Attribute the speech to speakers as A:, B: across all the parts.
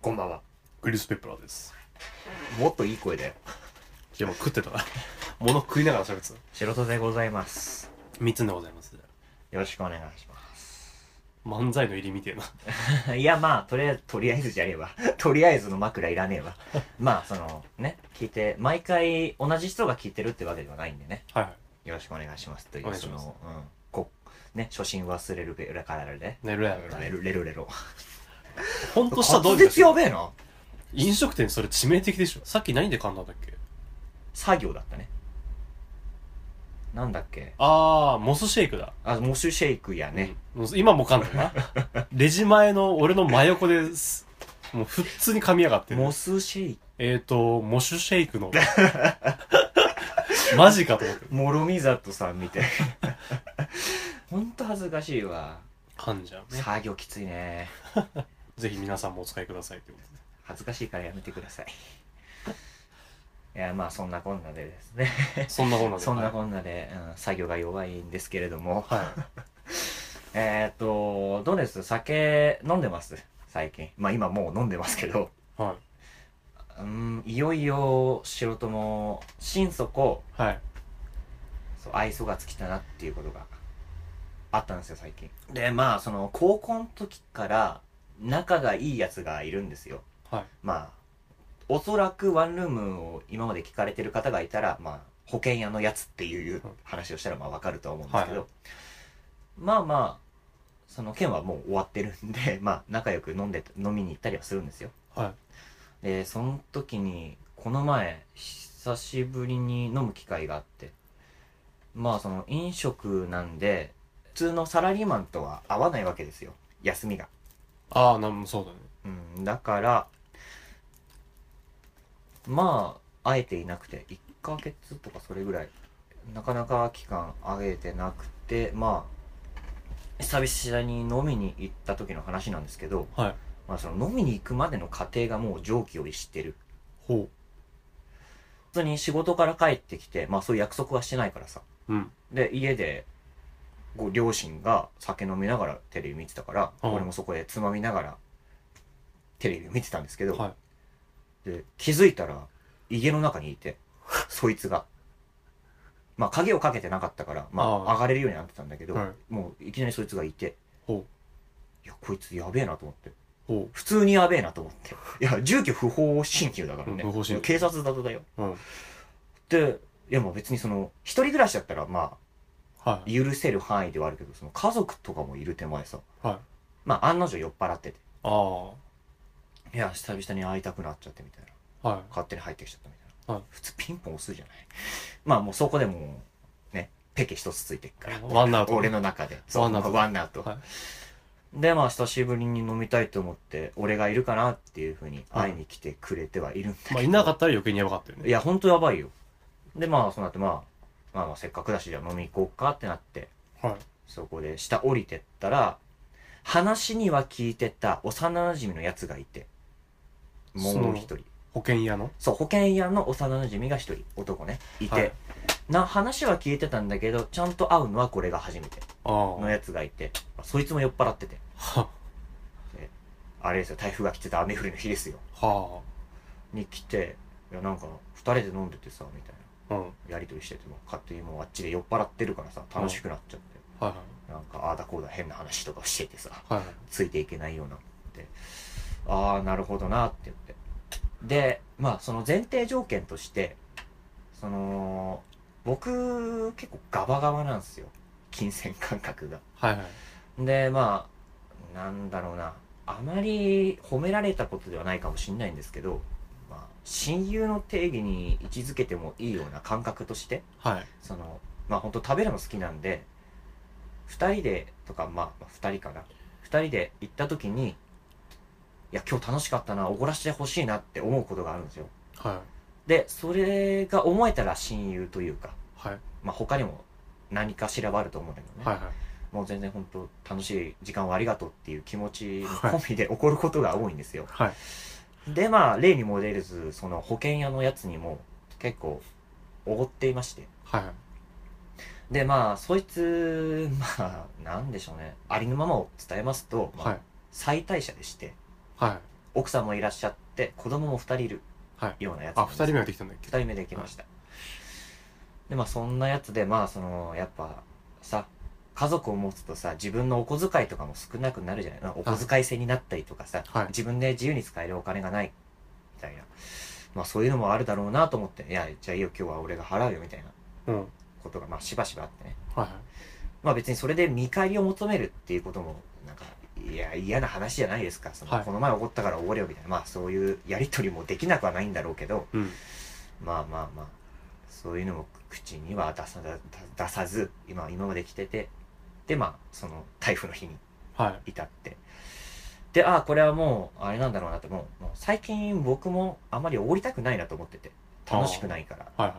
A: こんばんは。
B: グリス・ペプラーです。
A: もっといい声だよ。
B: いや、もう食ってたな。 物食いながら喋ってた。
A: 素人でございます。
B: 三つでございます。
A: よろしくお願いしま
B: 漫才の入りみてえな。
A: す。 いや、まあ、とりあえず、とりあえずじゃねえわ。 とりあえずの枕いらねえわ。 まあ、その、ね、聞いて、毎回同じ人が聞いてるってわけではないんでね。
B: はいは
A: よろしくお願いします。とい
B: お
A: う、
B: 願い
A: そ
B: し
A: の、
B: ます
A: うん。こね、初心忘れるべ、裏からで。
B: い。ねるやん。
A: レロレロレ ロ。
B: ほんとしたらどう
A: 滑
B: にか
A: 舌
B: しよ
A: や
B: う
A: べえな。
B: 飲食店それ致命的でしょ。さっき何で噛んだんだっけ
A: 作業だったね。なんだっけ。
B: あー、モスシェイクだ。
A: あ、モスシェイクやね。
B: もう今も噛んだな。レジ前の俺の真横です。もう普通に噛みやがってる
A: モ。スシェイ
B: えーと、モシュシェイクの。 マジかと思ってる。
A: ク。諸見里さんみたい。 ほんと恥ずかしいわ。
B: 噛んじゃうね。
A: 作業きついね
B: ぜひ皆さんもお使いくださいってことで。
A: 恥ずかしいからやめてく ださいいやまあそんなこんなでですね
B: そんな本なんで。
A: そんなこんなで、うん、作業が弱いんですけれども
B: はい。
A: えっとどうです酒飲んでます最近まあ今もう飲んでますけど
B: は
A: うんいよいよ素人も心底
B: い。はい。
A: そう愛想が尽きたなっていうことがあったんですよ最近でまあその高校の時から仲がいいやつがいるんですよ
B: はい。
A: まあ、おそらくワンルームを今まで聞かれてる方がいたら、まあ、保険屋のやつっていう話をしたらまあわかるとは思うんですけど、
B: は
A: まあまあ、その件はもう終わってるんで、まあ仲良く飲んで、飲みに行ったりはするんですよ。
B: はい。
A: で、その時に、この前、久しぶりに飲む機会があって、まあその飲食なんで、普通のサラリーマンとは合わないわけですよ。休みが。
B: ああ、なんそうだね。
A: うん、だから、まあ、会えていなくて、1ヶ月とかそれぐらい、なかなか期間会えてなくて、まあ、久々に飲みに行った時の話なんですけど、
B: はい。
A: まあ、その飲みに行くまでの過程がもう上記を逸してる。
B: ほ
A: 普通に仕事から帰ってきて、まあそういう約束はしてないからさ。
B: う。うん。
A: で、家で、ご両親が酒飲みながらテレビ見てたから、
B: うん
A: 俺もそこでつまみながらテレビを見てたんですけど、
B: は
A: で、気づいたら、家の中にい て、そいつが。まあ、鍵をかけてなかったから、まあ、
B: ああ
A: 上がれるようになってたんだけ
B: い。
A: ど、
B: はい。
A: もう、いきなりそいつがいて、
B: ほ
A: いや、こいつやべえなと思って。
B: う。ほ
A: 普通にやべえなと思って。いや、住居不法侵入だからね。
B: うん不法侵入
A: 警察だとだよ。
B: う。うん。
A: で、いや、もう別にその、一人暮らしだったら、ま
B: はい。
A: あ、許せる範囲ではあるけど、その、家族とかもいる手前さ、
B: はい。
A: まあ、案の定酔っ払ってて、
B: ああ。はい
A: や、久々に会いたくなっちゃってみたいな。
B: い。
A: 勝手に入ってきちゃったみたいな、
B: はい
A: 普通ピンポン押すじゃないまあもうそこでもうねペケ一つついてっから
B: ワンアウト
A: 俺の中でそう
B: ワンアウト
A: ワンアウト、
B: は
A: でまあ久しぶりに飲みたいと思って俺がいるかなっていうふうに会いに来てくれてはいるんだけど、
B: まあ、いなかったら余計にやばかったよ
A: い
B: ね。
A: やほんとやばいよでまあその後、まあ、まあまあせっかくだしじゃあ飲み行こうかってなって
B: はい。
A: そこで下降りてったら話には聞いてた幼馴染のやつがいてもう一人
B: 保険屋の
A: そう、保険屋の幼馴染が一人、男ね、いて、
B: はい
A: な、話は聞いてたんだけど、ちゃんと会うのはこれが初めて
B: あ
A: のやつがいて、そいつも酔っ払ってて、
B: あ。は。
A: あれですよ、台風が来てた雨降りの日ですよ、
B: は
A: に来て、いや、なんか、二人で飲んでてさ、みたい
B: あ。うん。はい
A: な、やりとりしてても、勝手にもうあっちで酔っ払ってるからさ、楽しくなっちゃって、
B: はい。
A: なんか、ああだこうだ変な話とかしててさ、
B: はいはい。
A: ついていけないようになってああなるほどなって言ってでまあその前提条件としてその僕結構ガバガバなんですよ金銭感覚が
B: はいはい。
A: でまあなんだろうなあまり褒められたことではないかもしれないんですけど、まあ、親友の定義に位置づけてもいいような感覚として
B: はい。
A: そのまあ本当食べるの好きなんで2人でとかまあまあ2人かな2人で行った時にいや今日楽しかったなおごらしてほしいなって思うことがあるんですよ
B: はい。
A: でそれが思えたら親友というか
B: はい。
A: まあ他にも何かしらはあると思うんだけどね、
B: はいはい。
A: もう全然本当楽しい時間をありがとうっていう気持ち込みで起こることが多いんですよ
B: はい。
A: でまあ例にも出れずその保険屋のやつにも結構おごっていまして
B: はい。
A: でまあそいつまあなんでしょうねありのままを伝えますと、まあ
B: はい。
A: 最大者でして
B: はい。
A: 奥さんもいらっしゃって子供も2人いる
B: はい
A: ようなやつな
B: あ
A: ん
B: 二
A: です
B: 人目ができたんだっけ
A: 2人目できました、でまあそんなやつでまあそのやっぱさ家族を持つとさ自分のお小遣いとかも少なくなるじゃないまあお小遣い制になったりとかさ、
B: はい
A: 自分で自由に使えるお金がないみたいなまあそういうのもあるだろうなと思っていやじゃあいいよ今日は俺が払うよみたいな
B: うんはい
A: ことがまあしばしばあってね
B: はい
A: まあ別にそれで見返りを求めるっていうこともなんかいや嫌な話じゃないですかその、
B: はい
A: この前おごったからおごれよみたいなまあそういうやり取りもできなくはないんだろうけど、
B: うん
A: まあまあまあそういうのも口には出さだ出さず今今まで来ててでまあその台風の日に
B: はい
A: 至ってでああこれはもうあれなんだろうなともうもう最近僕もあまりおごりたくないなと思ってて楽しくないから
B: はい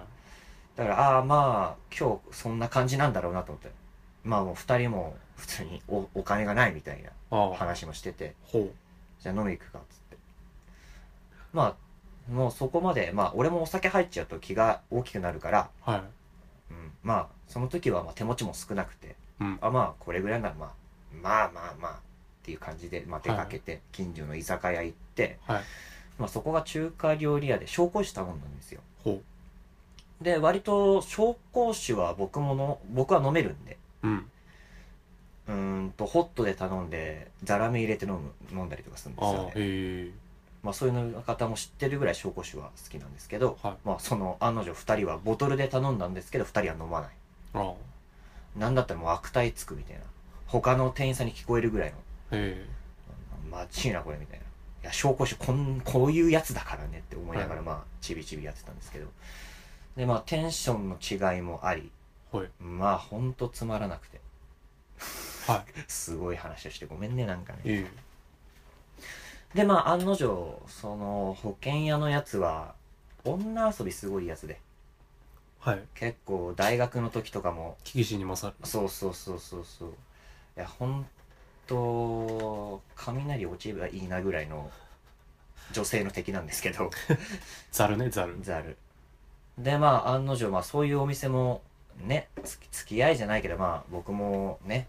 A: だからああまあ今日そんな感じなんだろうなと思ってまあもう2人も普通におお金がないみたいな
B: はいああ
A: 話もしてて
B: ほ
A: じゃあ飲み行くかっつってまあもうそこまでまあ俺もお酒入っちゃうと気が大きくなるから
B: うはい
A: うん、まあその時はまあ手持ちも少なくて
B: うん
A: あまあこれぐらいならまあまあまあまあっていう感じで、まあ、出かけて近所の居酒屋行って、
B: はい
A: まあ、そこが中華料理屋で紹興酒頼んだんですよ
B: ほ
A: で割と紹興酒は僕もの僕は飲めるんで
B: ううん
A: うーんとホットで頼んでザラメ入れて飲む飲んだりとかするんで
B: あ
A: す
B: あ
A: よね
B: へえ
A: まあ、そういうの方も知ってるぐらい紹興酒は好きなんですけど、
B: はい
A: まあ、その案の定2人はボトルで頼んだんですけど2人は飲まない
B: あ
A: なんだったらもう悪態つくみたいな他の店員さんに聞こえるぐらいの
B: あへえ
A: まちいなこれみたいな。いや、紹興酒こん、こういうやつだからねって思いなが
B: は
A: ら、
B: い
A: まあ、ちびちびやってたんですけど。で、まあ、テンションの違いもあり、
B: はい
A: まあ、ほんとつまらなくて、
B: は
A: すごい話をしてごめんね、なんか
B: い
A: ね。
B: ええ
A: で、まあ、案の定、その、保険屋のやつは、女遊びすごいやつで、
B: はい
A: 結構、大学の時とかも、
B: 聞きしに勝る
A: そうそうそうそうそう。いや、ほんと、雷落ちればいいなぐらいの、女性の敵なんですけど。
B: ざるねざる
A: ザルでまあ案の定、まあ、そういうお店もねつき付き合いじゃないけどまあ僕もね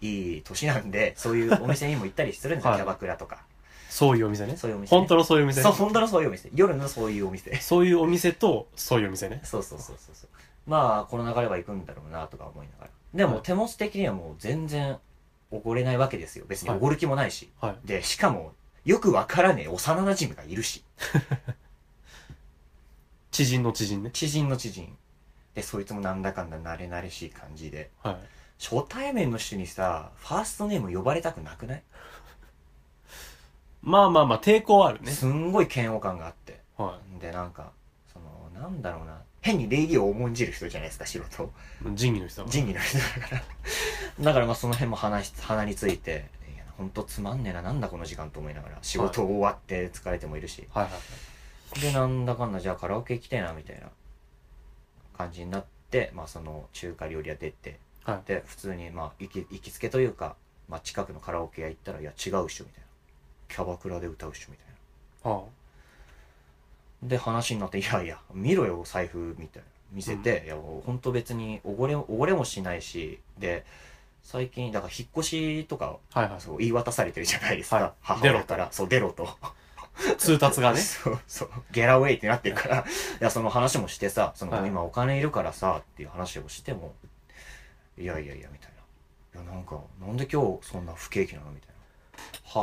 A: いい年なんでそういうお店にも行ったりするんですよ、
B: はい
A: キャバクラとか
B: そういうお店ね
A: そういうお店ね、
B: 本当のそういうお店
A: そう本当のそういうお店夜のそういうお店
B: そういうお店とそういうお店ね
A: そうそうそうそうそうまあこの流れは行くんだろうなとか思いながらでも、
B: はい
A: 手持ち的にはもう全然おごれないわけですよ別に
B: はい
A: おごる気もないし、
B: はい
A: でしかもよくわからねえ幼なじみがいるし
B: 知人の知人ね
A: 知人の知人でそいつもなんだかんだ慣れ慣れしい感じで
B: はい
A: 初対面の人にさファーストネーム呼ばれたくなくない、
B: まあまあまあ抵抗はあるね
A: すんごい嫌悪感があって
B: は
A: でなんかそのなんだろうな変に礼儀を重んじる人じゃないですか素人
B: い仁義の人だ
A: 仁義の人だからだからまあその辺も話し鼻についていやほんとつまんねえななんだこの時間と思いながら仕事終わって疲れてもいるし、
B: はいはいはい
A: でなんだかんだじゃあカラオケ行きたいなみたいな感じになってまあその中華料理屋出て
B: はい
A: で普通にまあ行き行きつけというか、まあ、近くのカラオケ屋行ったら「いや違うっしょ」みたいな「キャバクラで歌うっしょ」みたい
B: あ
A: なで話になって「いやいや見ろよお財布」みたいな見せて「いや本当別におごれおごれもしないし」で最近だから引っ越しとか
B: あはいはい
A: そう言い渡されてるじゃないですか、
B: はい
A: 母
B: 出ろ
A: 親
B: と
A: からそう出ろと
B: 通達がね
A: そうそうゲラウェイってなってるからいやその話もしてさその、
B: はい
A: 今お金いるからさっていう話をしてもいやいやいやみたいないやなんかなんで今日そんな不景気なのみたい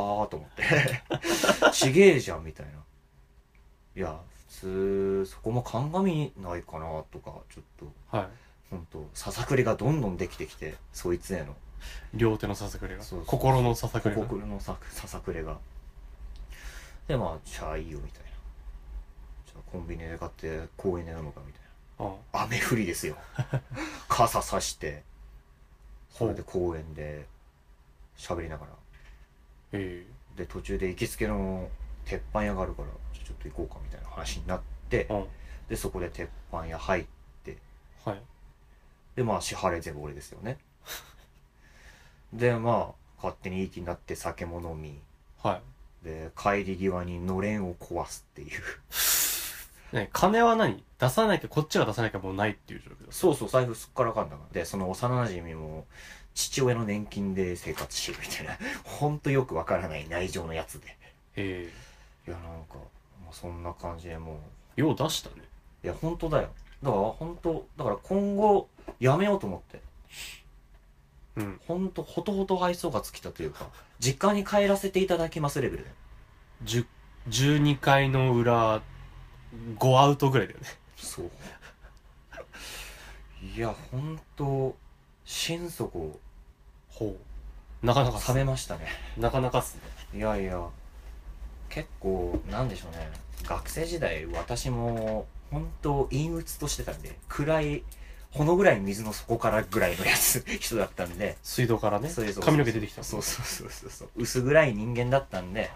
A: なはあと思って ちげえじゃんみたいないや普通そこも鑑みないかなとかちょっと
B: はい
A: 本当ささくれがどんどんできてきてそいつへの
B: 両手のささくれが
A: そうそう
B: 心のささくれが
A: 心のさささくれがでまあじゃあいいよみたいなじゃあコンビニで買って公園で飲むかみたい
B: あ
A: な雨降りですよ傘さしてそれで公園で喋りながら
B: え
A: で途中で行きつけの鉄板屋があるからじゃあちょっと行こうかみたいな話になって
B: えうん
A: でそこで鉄板屋入って
B: はい
A: でまあ支払い全部俺ですよね でまあ勝手にいい気になって酒も飲み
B: は
A: で帰り際にのれんを壊すっていう
B: いね金は何出さなきゃこっちが出さなきゃもうないっていう状況です
A: そうそう財布すっからかんだからでその幼馴染も父親の 年金で生活してるみたいなほんとよくわからない内情のやつで
B: ええ
A: いやなんか、まあ、そんな感じでもう
B: よう出したね。
A: いや本当だよだから本当だから今後やめようと思って
B: うん。
A: 本当ほとほと愛想が尽きたというか実家に帰らせていただきますレベルだよ
B: 10 12回の裏、5アウトぐらいだよね。
A: そういや本当心底
B: ほう。なかなかっす
A: 冷めましたね
B: なかなかっすね。
A: いやいや結構なんでしょうね学生時代私も本当陰鬱としてたんで暗いほのぐらい水の底からぐらいのやつ人だったんで
B: 水道からね
A: そうです、
B: 髪の毛出てきた。
A: そうそうそうそうそう薄暗い人間だったんで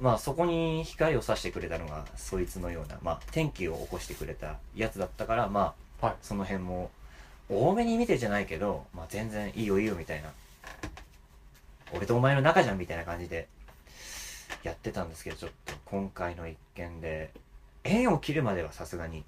A: まあそこに光を差してくれたのがそいつのようなまあ天気を起こしてくれたやつだったからまあ、
B: はい
A: その辺も多めに見てじゃないけど、まあ、全然いいよいいよみたいな俺とお前の仲じゃんみたいな感じでやってたんですけどちょっと今回の一件で縁を切るまではさすがに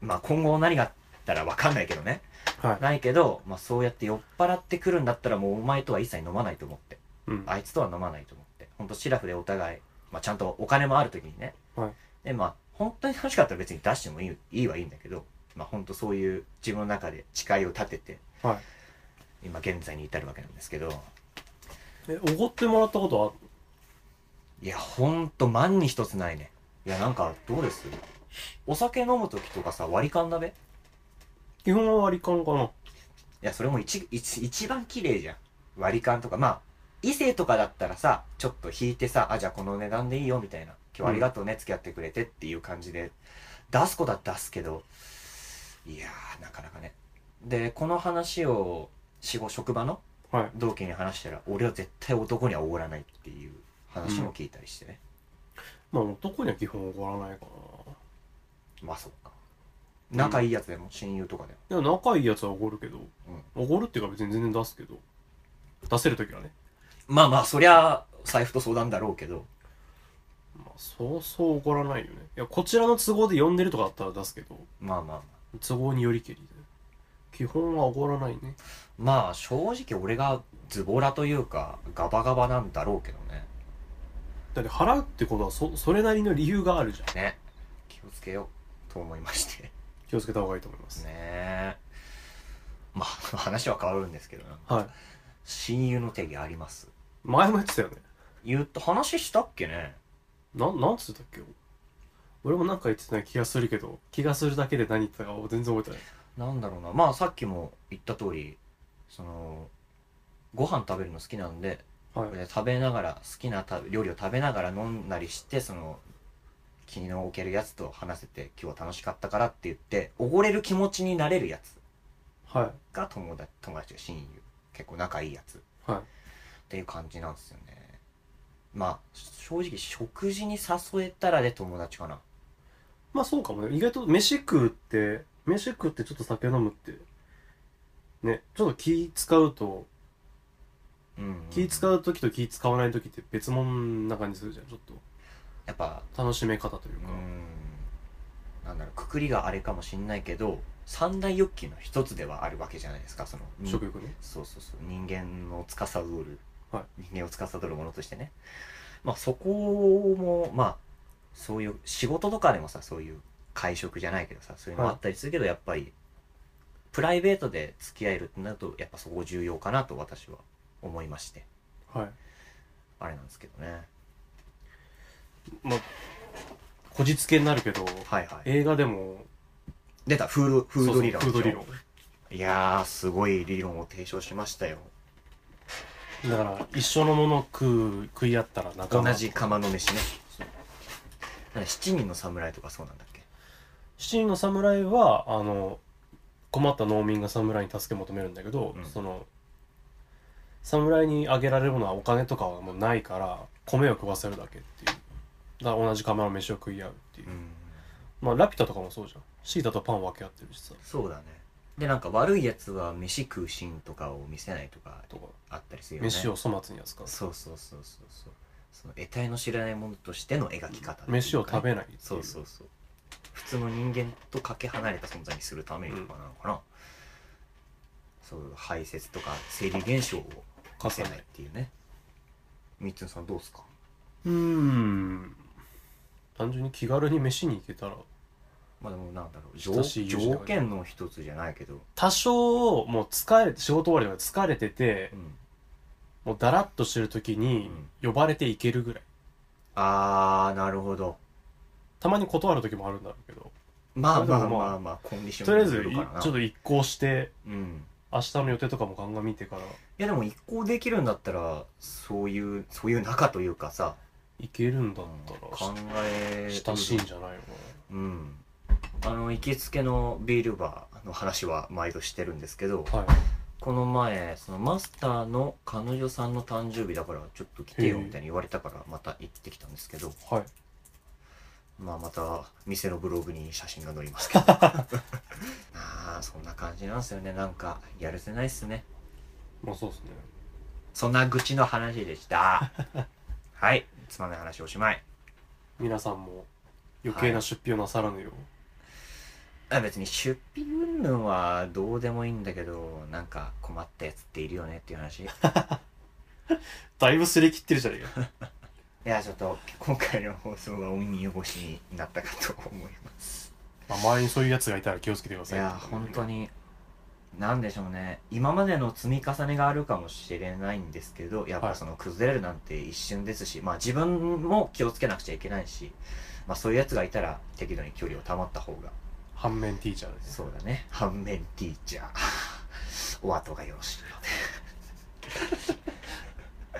A: まあ今後何があったらわかんないけどね
B: はい。
A: ないけど、まあ、そうやって酔っ払ってくるんだったらもうお前とは一切飲まないと思って
B: うん。
A: あいつとは飲まないと思ってほんとシラフでお互い、まあ、ちゃんとお金もある時にね、
B: はい
A: でまあ本当に楽しかったら別に出してもいいいいはいいんだけど、まあ、ほんとそういう自分の中で誓いを立てて
B: はい。
A: 今現在に至るわけなんですけど
B: え、おごってもらったことはい
A: やほんと万に一つないねいやなんかどうですお酒飲む時とかさ割り勘だべい
B: 基本は割り勘かな。
A: やそれも一一一番綺麗じゃん割り勘とかまあ異性とかだったらさちょっと引いてさあじゃあこの値段でいいよみたいな今日ありがとうね、付き合ってくれてっていう感じで出すことは出すけどいやーなかなかねでこの話を仕事職場の
B: はい
A: 同期に話したら、俺は絶対男にはおごらないっていう話も聞いたりしてね、
B: まあ男には基本おごらないか
A: まあそうか仲いいやつでも、親友とかでも
B: な。でも仲いいやつはおごるけど、おごるっていうか別に全然出すけど、出せるときはね。
A: まあまあそりゃ財布と相談だろうけど
B: まあそうそうおごらないよね。いや、こちらの都合で呼んでるとかだったら出すけど、
A: まあまあ
B: 都合によりけりで。基本はおごらないね。
A: まあ正直俺がズボラというかガバガバなんだろうけどね
B: だって払うってことはそ、それなりの理由があるじゃん。
A: ね気をつけようと思いまして ね
B: 気をつけた方がいいと思います。
A: えまあ話は変わるんですけどなんか
B: はい。
A: 親友の定義あります
B: 前も言ってたよね。
A: 言った話したっけね
B: なん、なんつってたっけ俺もなんか言ってた気がするけど、気がするだけで何言ってたか全然覚えてない。
A: なんだろうなまあさっきも言った通りそのご飯食べるの好きなんで
B: はい。
A: で食べながら好きなた料理を食べながら飲んだりしてその気の置けるやつと話せて今日は楽しかったからって言っておごれる気持ちになれるやつ
B: は
A: が友達友達親友結構仲いいやつっ
B: い。はい。
A: ていう感じなんですよねまあ正直食事に誘えたらで友達かな
B: まあそうかもね。意外と飯食うって、飯食ってちょっと酒飲むって、ね、ちょっと気使うと、
A: うん
B: 気使う時と気使わない時って別物な感じするじゃん、ちょっ
A: やっぱ
B: と。楽しめ方という
A: う
B: か。
A: んなんだろうくくりがあれかもしんないけど三大欲求の一つではあるわけじゃないですかその
B: 食欲ね。
A: そうそうそう人間を司る、
B: はい
A: 人間を司るものとしてねまあそこもまあそういう仕事とかでもさそういう会食じゃないけどさそういうの
B: はい
A: あったりするけど、やっぱりプライベートで付き合えるってなるとやっぱそこ重要かなと私は思いまして
B: はい。
A: あれなんですけどね
B: まあ、こじつけになるけど、
A: はいはい
B: 映画でも、
A: 出たフードフード理論
B: そうそうフード理論。
A: いやーすごい理論を提唱しましたよ
B: だから、一緒のものを食う、食い合ったら仲
A: 同
B: 間。
A: じ釜の飯ねなんか七人の侍とかそうなんだっけ
B: 七人の侍はあの困った農民が侍に助け求めるんだけど、
A: うん
B: その侍にあげられるものはお金とかはもうないから米を食わせるだけっていうだから同じ釜の飯を食い合うっていう、
A: うん
B: まあラピュタとかもそうじゃんシータとパンを分け合ってるしさ
A: そうだねでなんか悪いやつは飯食うシーンとかを見せないとか
B: とか、
A: あったりするよね
B: 飯を粗末に扱う
A: そうそうそうそうそうその得体の知らないものとしての描き方っていうかね、
B: 飯を食べないっていう
A: そうそうそう普通の人間とかけ離れた存在にするためにとかなのかな、そういう排泄とか生理現象を
B: 重
A: 見せないっ
B: ね
A: ていうねみっつんさんどうですか
B: うーん単純に気軽に飯に行けたら
A: まあでもなんだろう条
B: 親しい友
A: 条
B: 人がいる
A: 件の一つじゃないけど、
B: 多少もう疲れて仕事終わりとか疲れてて
A: うん
B: もうだらっとしてる時に呼ばれて行けるぐらい
A: あーなるほど
B: たまに断る時もあるんだろうけど
A: まあ
B: でも
A: まあ
B: まあ
A: まあまあコンディション
B: とりあえず
A: によ
B: いち
A: るから
B: ょ
A: な
B: っと一行して
A: うん
B: 明日の予定とかも鑑みてから
A: いやでも一行できるんだったらそういうそういう仲というかさ
B: 行けるんだっ
A: 考
B: た
A: え
B: ら
A: る
B: し親しいんじゃないのか
A: うんあの行きつけのビールバーの話は毎度してるんですけど
B: なはい
A: この前そのマスターの彼女さんの誕生日だからちょっと来てよ
B: へえ
A: みたいに言われたからまた行ってきたんですけど
B: はい
A: まあまた店のブログに写真が載ります けどああそんな感じなんですよねなんかやるせないっすね
B: まあそうですね
A: そんな愚痴の話でした はいつまんない話おしまい
B: 皆さんも余計な出費をなさらぬよう、
A: あ別に出費云々はどうでもいいんだけどなんか困ったやつっているよねっていう 話い
B: だいぶすり切ってるじゃねえ か
A: やちょっと今回の放送はお耳汚しになったかと思います
B: まあ周りにそういうやつがいたら気をつけてくだ
A: い
B: さい
A: や本当になんでしょうね今までの積み重ねがあるかもしれないんですけどやっぱその崩れるなんて一瞬ですし、まあ自分も気をつけなくちゃいけないし、まあ、そういうやつがいたら適度に距離を保った方が
B: 反面ティーチャーです
A: そうだね反面ティー チャーお後がよろしいようで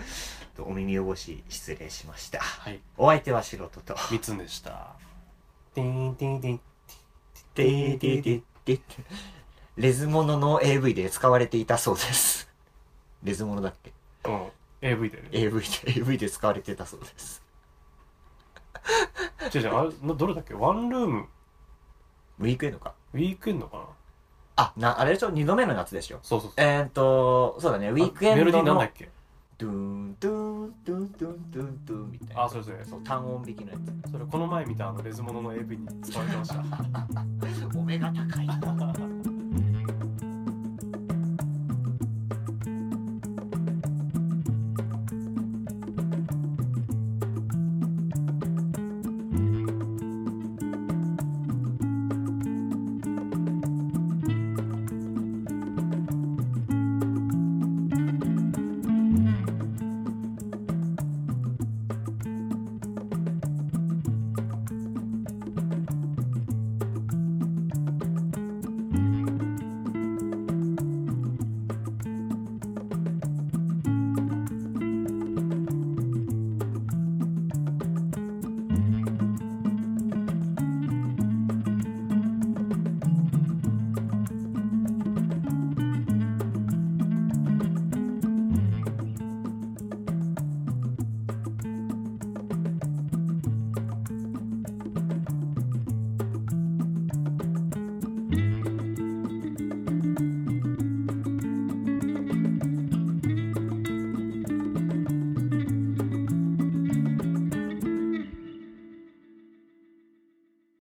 A: とお耳汚し失礼しました
B: はい
A: お相手は素人と
B: 三つんでしたティーンティーンティーン
A: レズモノの AV で使われていたそうですレズモノだっけ
B: うん AV だよね
A: AV で AV で使われてたそうです
B: 違う違うあれなどれだっけワンルーム
A: ウィークエンドか
B: ウィークエンドかな
A: あなあれでしょ2度目の夏でしょ
B: そうそうそう
A: えーっとそうだねウ
B: ウ
A: ィークエンドの
B: メロディーなんだっけ
A: ドゥンドゥンドゥンドゥンドゥンドゥンみたいな
B: あそれそれ
A: そう単音弾きのやつ
B: それこの前見たあのレズモノの AV に使われてました
A: お目が高い